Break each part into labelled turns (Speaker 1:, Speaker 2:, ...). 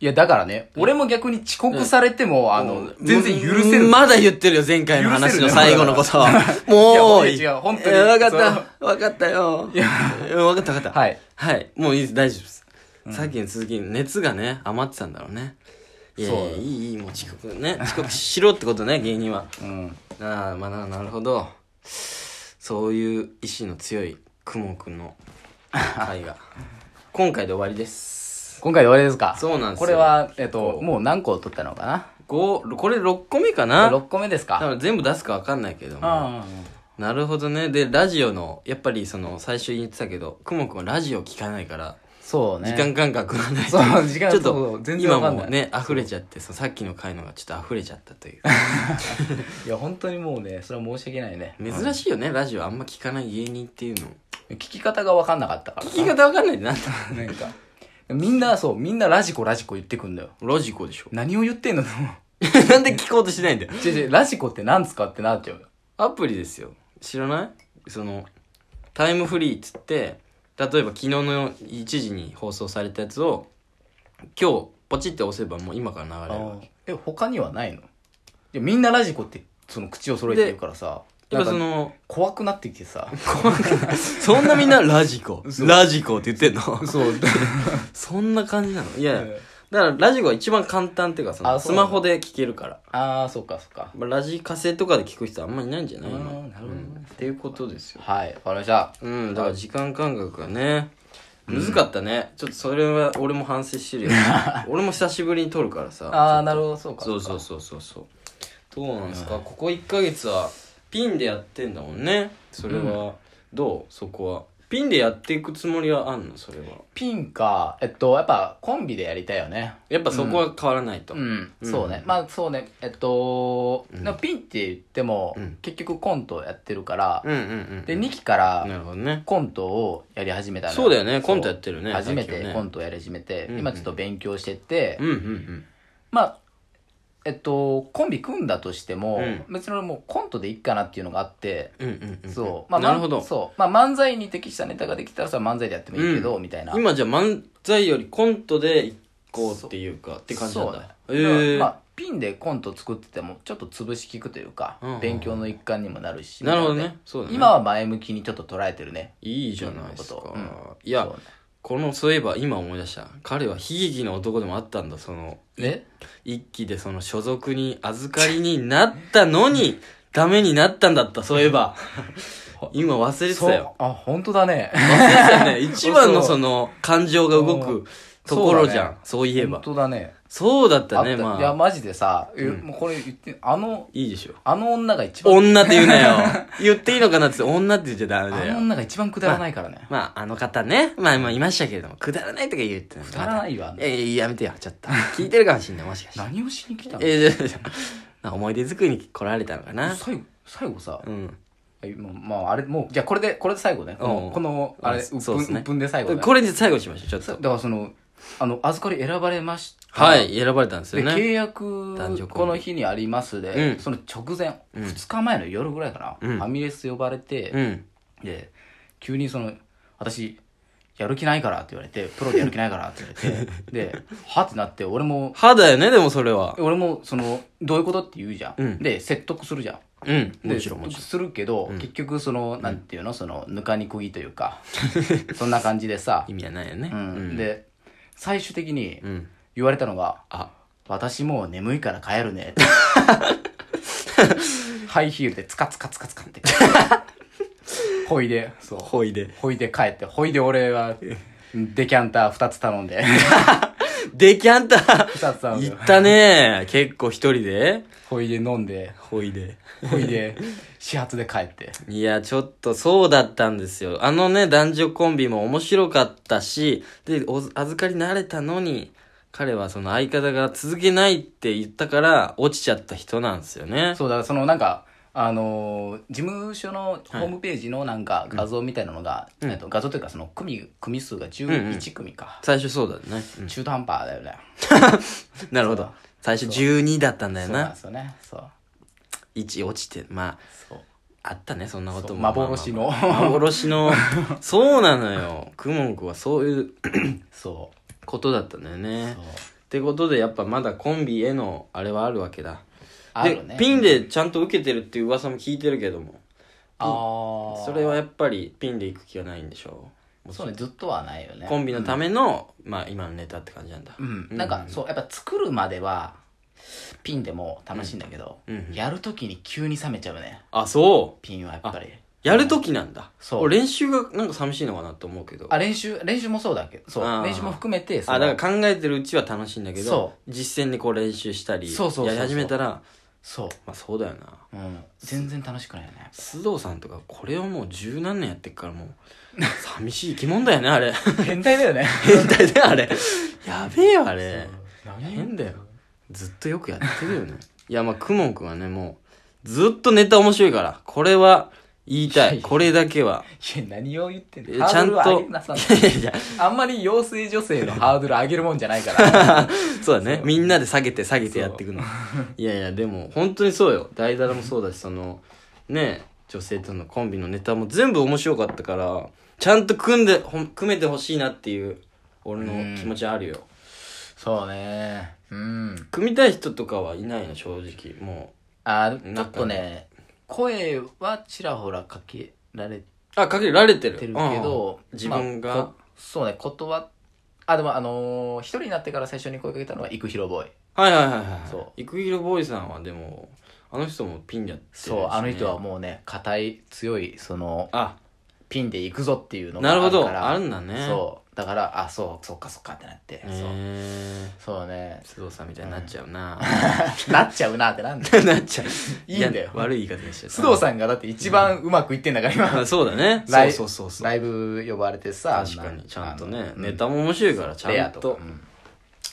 Speaker 1: いや、だからね、俺も逆に遅刻されても、あの、全然許せる。
Speaker 2: まだ言ってるよ、前回の話の
Speaker 1: 許せるね
Speaker 2: 最後のことは。もうい
Speaker 1: いや本当に
Speaker 2: えわかっ
Speaker 1: そ
Speaker 2: た。わかったよ。いや、わかったわかった。
Speaker 1: はい。
Speaker 2: はい。もういいです、大丈夫です。さっきの続き、熱がね、余ってたんだろうね。いやいや
Speaker 1: そう
Speaker 2: いい、いい、もう遅刻ね。遅刻しろってことね、芸人は。
Speaker 1: うん。
Speaker 2: ああ、まあな、なるほど。そういう意志の強い、くもくんの会 が。今回で終わりです。
Speaker 1: 今回で終わりですか
Speaker 2: そうなんです
Speaker 1: こ
Speaker 2: よ
Speaker 1: れは、えっと、もう何個取ったのか
Speaker 2: 5、これ6個目か
Speaker 1: な
Speaker 2: な
Speaker 1: ?6 個目です
Speaker 2: 多
Speaker 1: か
Speaker 2: 分全部出すかわかんないけども。
Speaker 1: あ
Speaker 2: なるほどねでラジオのやっぱりその最初に言ってたけどくもくんはラジオ聞かないから、
Speaker 1: そうね。
Speaker 2: 時間感覚がない
Speaker 1: そう時間
Speaker 2: ちょっと
Speaker 1: そうそう全然
Speaker 2: 今
Speaker 1: わかんない
Speaker 2: もね溢れちゃってそのさっきの回のがちょっと溢れちゃったという
Speaker 1: いや、本当にもうね、それは申し訳ないね。
Speaker 2: 珍しいよねラジオあんま聞かない芸人っていうの
Speaker 1: 聞き方が分かんなかったから
Speaker 2: 聞き方わかんないでなんだ
Speaker 1: な。なんか。みんな、そう、みんなラジコラジコ言ってくんだよ。
Speaker 2: ラジコでしょ
Speaker 1: 何を言ってんの
Speaker 2: なんで聞こうとしないんだよ
Speaker 1: 違う違う、ラジコって何すかってなっちゃうよ。
Speaker 2: アプリですよ知らないそのタイムフリーっつって例えば昨日の1時に放送されたやつを今日ポチって押せばもう今から流れるわけ
Speaker 1: え、他にはないのいや、みんなラジコって、その口を揃えて言うからさ、
Speaker 2: や
Speaker 1: なん
Speaker 2: っぱそ
Speaker 1: か
Speaker 2: の、
Speaker 1: 怖くなってきて さ。
Speaker 2: そんなみんなラジコ。ラジコって言ってんの
Speaker 1: そう。
Speaker 2: そんな感じなのいや、だからラジコは一番簡単っていうか、その
Speaker 1: あ
Speaker 2: ス
Speaker 1: そうなん
Speaker 2: マ
Speaker 1: だ
Speaker 2: ホで聞けるから。
Speaker 1: あー、そっかそっか。
Speaker 2: まあラジカセとかで聞く人あんまりいないんじゃない
Speaker 1: あー
Speaker 2: 今
Speaker 1: なるほどね
Speaker 2: うんっていうことですよ。
Speaker 1: はい、わかりました。
Speaker 2: うん、だから時間感覚がね、難かったね。ちょっとそれは俺も反省して るよ。俺も久しぶりに撮るからさ。
Speaker 1: あー、なるほど、そうか。
Speaker 2: そうそうそうそうそうどうなんですか、ここ1ヶ月はピンでやってんだもんねそれはどう、そこはピンでやっていくつもりはあんのそれは
Speaker 1: ピンか、えっと、やっぱコンビでやりたいよね。
Speaker 2: やっぱそこは変わらないと、
Speaker 1: うん、
Speaker 2: うん
Speaker 1: そうね。まあそうね、えっと、でもピンって言っても、
Speaker 2: うん
Speaker 1: 結局コントやってるから、
Speaker 2: うんうんうん
Speaker 1: で、2期から
Speaker 2: なるほどね
Speaker 1: コントをやり始めたの
Speaker 2: そうだよねコントやってるよね
Speaker 1: 初めてコント
Speaker 2: ト
Speaker 1: をやり始めて、
Speaker 2: うんうん
Speaker 1: 今ちょっと勉強してて、
Speaker 2: うんうんうん
Speaker 1: まあ、えっと、コンビ組んだとしても、
Speaker 2: うん
Speaker 1: 別に俺もうコントでいいかなっていうのがあって、
Speaker 2: うんうんうん
Speaker 1: そう。まあ、
Speaker 2: なるほど
Speaker 1: そう。まあ、漫才に適したネタができたらさ、漫才でやってもいいけど、
Speaker 2: う
Speaker 1: みたいな。
Speaker 2: 今じゃあ漫才よりコントでいこうっていうかって感じなん
Speaker 1: そう
Speaker 2: だ
Speaker 1: え
Speaker 2: ええ
Speaker 1: まあピンでコント作っててもちょっと潰し効くというか、
Speaker 2: うんうんうん
Speaker 1: 勉強の一環にもなるし
Speaker 2: なるほどね
Speaker 1: みたいな
Speaker 2: そうだね
Speaker 1: 今は前向きにちょっと捉えてるね
Speaker 2: いいじゃないです
Speaker 1: こ
Speaker 2: か
Speaker 1: とうん
Speaker 2: いや
Speaker 1: そうね
Speaker 2: このそういえば今思い出した彼は悲劇の男でもあったんだその
Speaker 1: え
Speaker 2: 一期でその所属に預かりになったのに、ダメになったんだった、そういえ ば。今忘れてたよ。
Speaker 1: そうあ本当だ ね
Speaker 2: 忘れてたよね。一番 の
Speaker 1: そう
Speaker 2: その感情が動くところじゃん。そういえば
Speaker 1: 本。当だね
Speaker 2: そうだった
Speaker 1: あ
Speaker 2: ね、
Speaker 1: った
Speaker 2: ま
Speaker 1: いや
Speaker 2: あ。
Speaker 1: マジでさ、え
Speaker 2: うん
Speaker 1: もうこれ言ってあの
Speaker 2: いいでしょ。
Speaker 1: あの女が一番
Speaker 2: 女って言うなよ。言っていいのかなって、女って言っちゃダメ
Speaker 1: あ
Speaker 2: だ
Speaker 1: の
Speaker 2: よ。
Speaker 1: 女が一番くだらないからね、
Speaker 2: まあ、あの方ね。まあ、まあ、いましたけれども、くだらないとか言うってく
Speaker 1: くだらないわ
Speaker 2: やいや、やめてよ、ちょっと。聞いてるかもしんない、もしかして。
Speaker 1: 何をしに来たの
Speaker 2: えー じゃあじゃあまあ思い出作りに来られたのかな。
Speaker 1: 最後最後さ、
Speaker 2: うん。
Speaker 1: えもうまああれもうじゃあこれでこれで最後ねこ
Speaker 2: う
Speaker 1: の
Speaker 2: ん
Speaker 1: このあれうっ
Speaker 2: そうで
Speaker 1: ぷ
Speaker 2: す
Speaker 1: ん
Speaker 2: ね
Speaker 1: うっぷんで最後ね
Speaker 2: これで最後にしましょう、ちょ
Speaker 1: そ
Speaker 2: っ
Speaker 1: う
Speaker 2: と。
Speaker 1: だからそのあの預かり選ばれました
Speaker 2: はい、選ばれたんです
Speaker 1: で
Speaker 2: よね。
Speaker 1: 契約
Speaker 2: 男女コンビ
Speaker 1: この日にありますで、
Speaker 2: うん
Speaker 1: その直前、
Speaker 2: うん
Speaker 1: 2日前の夜ぐらいかな、
Speaker 2: うん
Speaker 1: ファミレス呼ばれて、
Speaker 2: うん。
Speaker 1: で急にその私やる気ないからって言われてプロでやる気ないからって言われ てではってなって俺も
Speaker 2: 歯だよね、でもそれは。
Speaker 1: 俺もそのどういうことって言うじゃん、
Speaker 2: うん
Speaker 1: で説得するじゃん
Speaker 2: うん、
Speaker 1: で
Speaker 2: もちろんもち
Speaker 1: するけど、結局そのなんていうのそのぬかにくぎという かそんな感じでさ
Speaker 2: ろん。、意味はないよね。う
Speaker 1: うん
Speaker 2: ん。
Speaker 1: で最終的に
Speaker 2: うん。
Speaker 1: 言われたのが
Speaker 2: あ、
Speaker 1: 私もう眠いから帰るね ってハイヒールでツカツカツカツカ ってほいでそう
Speaker 2: ほいで。
Speaker 1: ほいで帰ってほいで俺はデキャンター2つ頼ん で
Speaker 2: デキャンタ
Speaker 1: 2つ頼ん
Speaker 2: ー
Speaker 1: で
Speaker 2: 行ったね結構一人で。
Speaker 1: ほいで飲んで
Speaker 2: ほいで。
Speaker 1: ほいで始発で帰っ て
Speaker 2: いや、ちょっとそうだったんですよ。あのね、男女コンビも面白かったし、で、お預かり慣れたのに、彼はその相方が続けないって言ったから、落ちちゃった人なんですよね。
Speaker 1: そうだからそのなんかあのー事務所のホームページのなんか画像みたいなのが、えっと、画像というかその組組数が11組か、
Speaker 2: 最初そうだね。うん
Speaker 1: 中途半端だよね
Speaker 2: なるほど。最初12だったんだよ
Speaker 1: そうなん
Speaker 2: な
Speaker 1: で。すよねそう
Speaker 2: 1落ちて、ま
Speaker 1: そう
Speaker 2: あ、あったね、そんなこと
Speaker 1: そう
Speaker 2: も。
Speaker 1: 幻の
Speaker 2: まあまあまあ 幻の、そうなのよ。くもんくはそういう
Speaker 1: そう
Speaker 2: ことだったんだよね
Speaker 1: そう。
Speaker 2: ってことでやっぱまだコンビへのあれはあるわけだ
Speaker 1: あ
Speaker 2: で
Speaker 1: るね
Speaker 2: ピンでちゃんと受けてるっていう噂も聞いてるけども
Speaker 1: あー
Speaker 2: それはやっぱりピンで行く気はないんでしょう
Speaker 1: そうねずっとはないよね
Speaker 2: コンビのための、まあ今のネタって感じなんだ
Speaker 1: うん、なんかそうやっぱ作るまではピンでも楽しいんだけど、
Speaker 2: うんうん
Speaker 1: やるときに急に冷めちゃうね
Speaker 2: あそう
Speaker 1: ピンはやっぱり
Speaker 2: やる時なんだ
Speaker 1: そう
Speaker 2: 俺練習がなんか寂しいのかなと思うけど
Speaker 1: あ練習練習もそうだけどそう
Speaker 2: あー
Speaker 1: 練習も含めてそ
Speaker 2: あ
Speaker 1: の
Speaker 2: だから考えてるうちは楽しいんだけど
Speaker 1: そ
Speaker 2: 実践にこう練習したり
Speaker 1: そうそうそうそう
Speaker 2: やり始めたら
Speaker 1: そ
Speaker 2: まあそうだよな
Speaker 1: う、うん、全然楽しくないよね
Speaker 2: 須藤さんとかこれをもう十何年やってっからもう寂しい生き物だよねあ れ
Speaker 1: 変態だよね
Speaker 2: 変態だよあれやべえよあれ変
Speaker 1: 変
Speaker 2: だよずっとよくやってるよねいやまあくもんくんはねもうずっとネタ面白いからこれは言いたいこれだけ はい
Speaker 1: や何を言ってん
Speaker 2: え
Speaker 1: のハードル
Speaker 2: ちゃんと
Speaker 1: 上げなさん
Speaker 2: いやいや
Speaker 1: あんまり妖精女性のハードル上げるもんじゃないから
Speaker 2: そうだねみんなで下げて下げてやっていくのいやいやでも本当にそうよ大だらもそうだしそのね女性とのコンビのネタも全部面白かったからちゃんと組んでほん組めてほしいなっていう俺の気持ちあるよ
Speaker 1: そうねうん
Speaker 2: 組みたい人とかはいないの正直も
Speaker 1: あ
Speaker 2: ね
Speaker 1: ちょっとね声はちらほらかけられ
Speaker 2: うあかけられてる
Speaker 1: てるけど
Speaker 2: うん自分が、
Speaker 1: まあこそうね断っあでもあのー一人になってから最初に声かけたのは「イクヒロボーイ
Speaker 2: はいはいはいはい
Speaker 1: そう
Speaker 2: イクヒロボーイさんはでもあの人もピンでやって」るしね、
Speaker 1: そうあの人はもうね硬い強いその
Speaker 2: あ
Speaker 1: ピンで行くぞっていうのが
Speaker 2: な
Speaker 1: あ
Speaker 2: るほ
Speaker 1: るか
Speaker 2: ど
Speaker 1: ら
Speaker 2: あるんだね
Speaker 1: そうだからあそうそっかそっかってなって、
Speaker 2: へ
Speaker 1: そう
Speaker 2: え
Speaker 1: そうね
Speaker 2: 須藤さんみたいになっちゃうな、
Speaker 1: なっちゃうなってなんだよ
Speaker 2: なっちゃう。
Speaker 1: いいんだよ
Speaker 2: や悪い言い方でした。
Speaker 1: 須藤さんがだって一番うまくいってんだから今、
Speaker 2: あそうだね。そ
Speaker 1: ラ
Speaker 2: う
Speaker 1: イ
Speaker 2: そうそうそう。
Speaker 1: ライブ呼ばれてさ
Speaker 2: 確かに、ちゃんと
Speaker 1: あ
Speaker 2: ね
Speaker 1: の。
Speaker 2: ネタも面白いから、ち
Speaker 1: レ
Speaker 2: ゃ
Speaker 1: ア
Speaker 2: ん
Speaker 1: と
Speaker 2: と
Speaker 1: かう。ん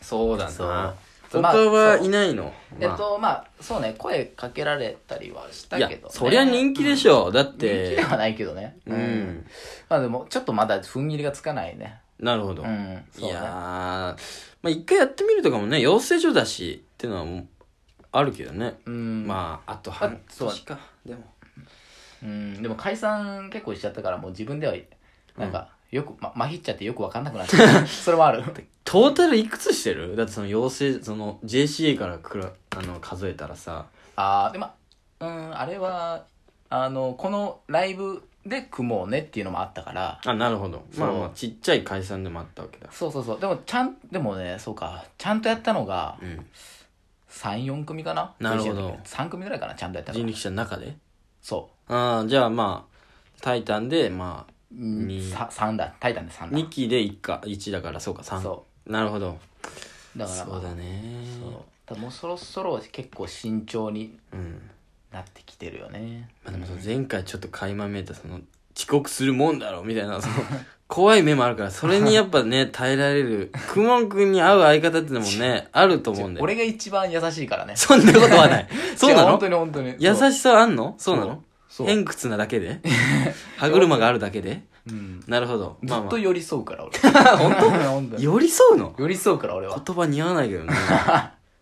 Speaker 2: そうだ
Speaker 1: そう
Speaker 2: な。
Speaker 1: そ
Speaker 2: 他
Speaker 1: うまあ
Speaker 2: はいないの。
Speaker 1: えっ
Speaker 2: まあ
Speaker 1: とまあそうね声かけられたりはした
Speaker 2: い
Speaker 1: け
Speaker 2: や
Speaker 1: ど、ね、、
Speaker 2: そりゃ人気でしょ。だっ
Speaker 1: 人気で
Speaker 2: て。
Speaker 1: はないけどね
Speaker 2: う。
Speaker 1: うんまあでもちょっとまだ踏ん切りがつかないね
Speaker 2: なるほど。
Speaker 1: う
Speaker 2: いや
Speaker 1: んそう
Speaker 2: ー
Speaker 1: ね
Speaker 2: まあ一回やってみるとかもね、養成所だし、っていうのはもうあるけどね。
Speaker 1: うん
Speaker 2: まあ、あと半
Speaker 1: あそう
Speaker 2: 年か。でも。
Speaker 1: うんでも解散結構しちゃったからもう自分ではなんかよく、ままひっちゃってよく分かんなくなっち ゃうそれもある
Speaker 2: トータルいくつしてるだってその養成、その JCA からくら、あの、数えたらさ。
Speaker 1: ああでまあうんあれはあのこのライブで組もうねっていうのもあったから
Speaker 2: あなるほど
Speaker 1: そ
Speaker 2: ま
Speaker 1: う
Speaker 2: あまあちっちゃい解散でもあったわけだ
Speaker 1: そうそうそうでもちゃんでもねそうかちゃんとやったのが
Speaker 2: うん
Speaker 1: 34組かな
Speaker 2: なるほど
Speaker 1: 3組ぐらいかなちゃんとやったの
Speaker 2: 人力車の中で
Speaker 1: そ
Speaker 2: ああじゃあまあ「タイタン」でま
Speaker 1: う
Speaker 2: に
Speaker 1: さ3だタイタンで3
Speaker 2: あ
Speaker 1: だ
Speaker 2: 2期で1か1だからそうか3
Speaker 1: そ
Speaker 2: なるほど
Speaker 1: うだから
Speaker 2: そ
Speaker 1: まあ
Speaker 2: うだね
Speaker 1: そうただもうそろそろ結構慎重に
Speaker 2: うん
Speaker 1: なってきてるよね
Speaker 2: まあでもその前回ちょっと垣間見えたその遅刻するもんだろみたいなその怖い目もあるからそれにやっぱね耐えられるくもんくんに合う相方ってのも ねあると思うんだよ
Speaker 1: 俺が一番優しいからね
Speaker 2: そんなこと はないそうな
Speaker 1: 違
Speaker 2: の
Speaker 1: 本当に本当に
Speaker 2: 優
Speaker 1: そう
Speaker 2: しさあんのそうなの
Speaker 1: そう
Speaker 2: 偏屈なだけ で歯車があるだけで
Speaker 1: うん
Speaker 2: なるほど。
Speaker 1: ずっと
Speaker 2: ま
Speaker 1: 寄り添うから 俺
Speaker 2: あま あ
Speaker 1: 本当に
Speaker 2: 寄り添うの
Speaker 1: 寄り添うから俺は
Speaker 2: 言葉似合わない けどね。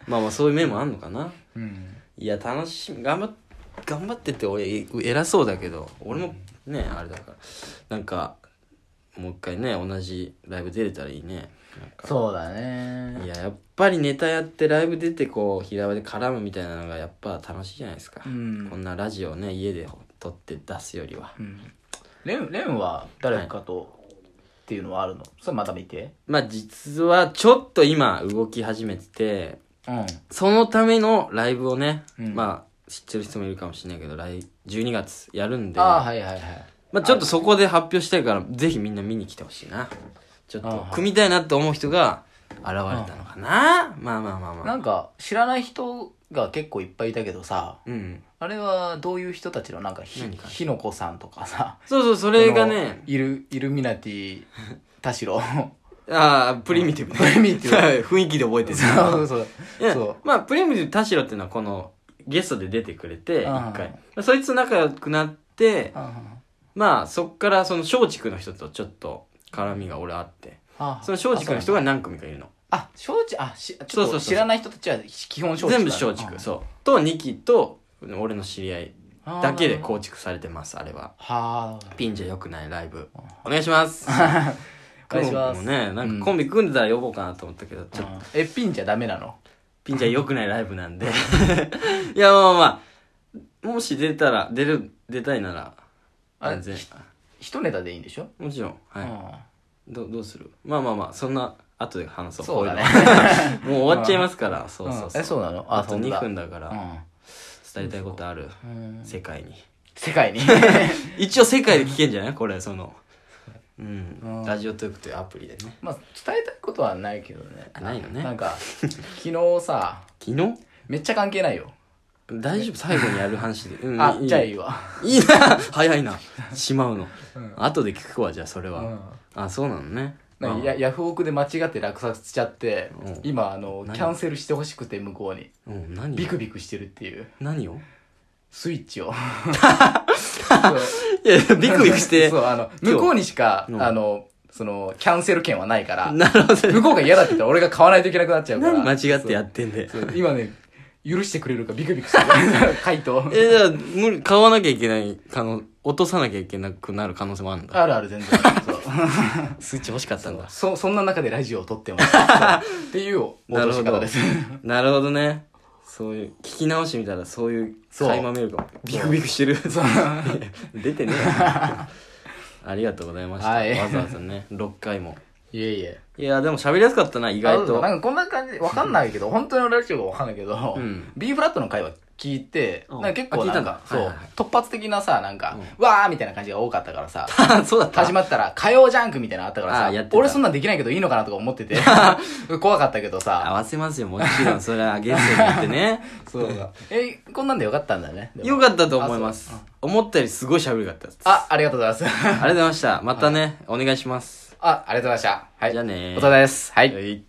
Speaker 2: まあまあそういう面もあんのかな。
Speaker 1: うん
Speaker 2: いや、楽しみ、頑張っ、頑張ってって俺、え偉そうだけど、俺もね、あれだから。なんか、もう一回ね、同じライブ出れたらいいね。なんか
Speaker 1: そうだ
Speaker 2: い
Speaker 1: ね
Speaker 2: や、やっぱりネタやってライブ出てこう、平場で絡むみたいなのがやっぱ楽しいじゃないですか。
Speaker 1: うん
Speaker 2: こんなラジオね、家で撮って出すよりは。
Speaker 1: うんレンレンは誰かとっていうのはあるのそれまた見て
Speaker 2: まあ実はちょっと今動き始めてて、
Speaker 1: うん
Speaker 2: そのためのライブをね、
Speaker 1: うん
Speaker 2: まあ、知ってる人もいるかもしれないけど、来、12月やるんで、
Speaker 1: ああーはいはいはい
Speaker 2: まあちょっとそこで発表したいから、ぜひみんな見に来てほしいな。ちょっ
Speaker 1: あ
Speaker 2: と
Speaker 1: は、い
Speaker 2: 組みたいなって思う人が現れたのかなまあまあまあま
Speaker 1: な
Speaker 2: あ。
Speaker 1: んか知らない人が結構いっぱいいたけどさ
Speaker 2: うん。
Speaker 1: あれはどういう人たちのなんかひ
Speaker 2: 何か
Speaker 1: ひのこさんとかさ
Speaker 2: そうそう、それがね
Speaker 1: この、イルイルミナティ田代
Speaker 2: ああ、プリミティブ、ね。
Speaker 1: プリミティ
Speaker 2: ブ。雰囲気で覚えてる。
Speaker 1: そうそう
Speaker 2: いや
Speaker 1: そう
Speaker 2: まあ、プレミティブ田代っていうのはこの、ゲストで出てくれて、一
Speaker 1: うん
Speaker 2: 回。まあそいつと仲良くなって、まあ、そっからその松竹の人とちょっと絡みが俺あって、その松竹の人
Speaker 1: が
Speaker 2: が何組かいるの。
Speaker 1: あ松竹あしち
Speaker 2: そ
Speaker 1: ょっ
Speaker 2: うそう
Speaker 1: と
Speaker 2: そう
Speaker 1: 知らない人たちは基本松竹
Speaker 2: 全部松竹、そう。と、2期と、俺の知り合いだけで構築されてます、あれは。
Speaker 1: はあ
Speaker 2: ピンじゃ良くないライブ。お願いします。
Speaker 1: お願いします
Speaker 2: もね、なんかコンビ組んでたら呼ぼうかなと思ったけど、ちょっと、
Speaker 1: うんえピンじゃダメなの
Speaker 2: ピンじゃ良くないライブなん で。いや、まあまあ、もし出たら、出る、出たいなら、
Speaker 1: あ
Speaker 2: 全然。
Speaker 1: 一ネタでいいんでしょ、
Speaker 2: もちろん、はい。
Speaker 1: う
Speaker 2: どどうするまあまあまあそんな後で話そ
Speaker 1: ん
Speaker 2: う
Speaker 1: そうだね
Speaker 2: こういうの もう終わっちゃいますから、そうそ
Speaker 1: う
Speaker 2: う
Speaker 1: んえそうなの
Speaker 2: あと
Speaker 1: 本当
Speaker 2: 2分だから、
Speaker 1: う
Speaker 2: 伝えたいことある
Speaker 1: ん
Speaker 2: 世界に
Speaker 1: 世界 に
Speaker 2: 一応世界で聞けんじゃないこれそのうん、
Speaker 1: うん
Speaker 2: ラジオトークというアプリでね
Speaker 1: まあ伝えたいことはないけどね
Speaker 2: あないのね
Speaker 1: なんか昨日さ
Speaker 2: 昨日
Speaker 1: めっちゃ関係ないよ
Speaker 2: 大丈夫最後にやる話で、う ん
Speaker 1: あ
Speaker 2: いい
Speaker 1: じゃあいいわ
Speaker 2: いいな 早いなしまうの、
Speaker 1: うん
Speaker 2: 後で聞くわじゃあそれは、
Speaker 1: うん
Speaker 2: あそうなのね
Speaker 1: なん
Speaker 2: あ
Speaker 1: かやヤフオクで間違って落札しちゃって
Speaker 2: うん
Speaker 1: 今あの
Speaker 2: 何
Speaker 1: キャンセルしてほしくて向こうに
Speaker 2: うん、何
Speaker 1: ビクビクしてるっていう
Speaker 2: 何を
Speaker 1: スイッチをそう
Speaker 2: いや ビクビクし て
Speaker 1: そうあの向こうにしか
Speaker 2: うん
Speaker 1: あのそのキャンセル権はないから
Speaker 2: なるほ ど
Speaker 1: 向こうが嫌だって言ったら俺が買わないといけなくなっちゃうから
Speaker 2: 何間違ってやってんで
Speaker 1: そうそう今ね許してくれるかビクビクする 回答
Speaker 2: え、じゃあ、無理、買わなきゃいけない可能、落とさなきゃいけなくなる可能性もあるんだ。
Speaker 1: あるある全然 そう
Speaker 2: スイッチ欲しかったんだ。
Speaker 1: そそんな中でラジオを撮ってますそうっていう落とし方です
Speaker 2: なるほどね。そういう、聞き直してみたらそういう、
Speaker 1: そう
Speaker 2: 垣間見えるかも。ビクビクしてる。
Speaker 1: そう
Speaker 2: 出てねえよありがとうございました。
Speaker 1: はい
Speaker 2: わざわざね、6回も。
Speaker 1: いえいえ
Speaker 2: いや、でも喋りやすかったな、意
Speaker 1: 意
Speaker 2: 外と。
Speaker 1: なんかこんな感じわかんないけど本当のラジオがわかんないけど、
Speaker 2: うん
Speaker 1: B フラットの回は聞いて、
Speaker 2: うん
Speaker 1: なんか結構なんか
Speaker 2: あ聞い
Speaker 1: そう、
Speaker 2: たんだはいはいはい
Speaker 1: 突発的なさなんか、
Speaker 2: う
Speaker 1: わーみたいな感じが多かったから さ
Speaker 2: そうだった。
Speaker 1: 始まったら火曜ジャンクみたいなのあったから
Speaker 2: あや
Speaker 1: さ
Speaker 2: ってた
Speaker 1: 俺そんなんできないけどいいのかなとか思 ってて怖かったけど
Speaker 2: 合
Speaker 1: さ
Speaker 2: わせますよ、もちろん。それはゲストに行ってね。
Speaker 1: そうだえこんなんでよかったんだねでも
Speaker 2: よかったと 思います。思ったよりすごい喋りやがったです。
Speaker 1: あありがとうございます
Speaker 2: ありがとうございました。またね、お願いします。
Speaker 1: あありがとうございましたはい
Speaker 2: じゃあね
Speaker 1: お疲れ様ですはい
Speaker 2: はい